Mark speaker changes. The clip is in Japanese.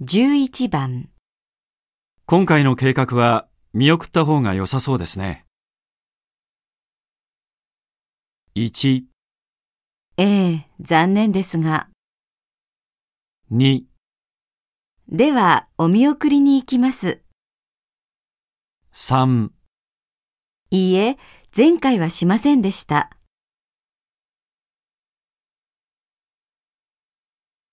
Speaker 1: 11番、
Speaker 2: 今回の計画は見送った方が良さそうですね。1、
Speaker 1: ええ、残念ですが。
Speaker 2: 2、
Speaker 1: では、お見送りに行きます。
Speaker 2: 3。
Speaker 1: いいえ、前回はしませんでした。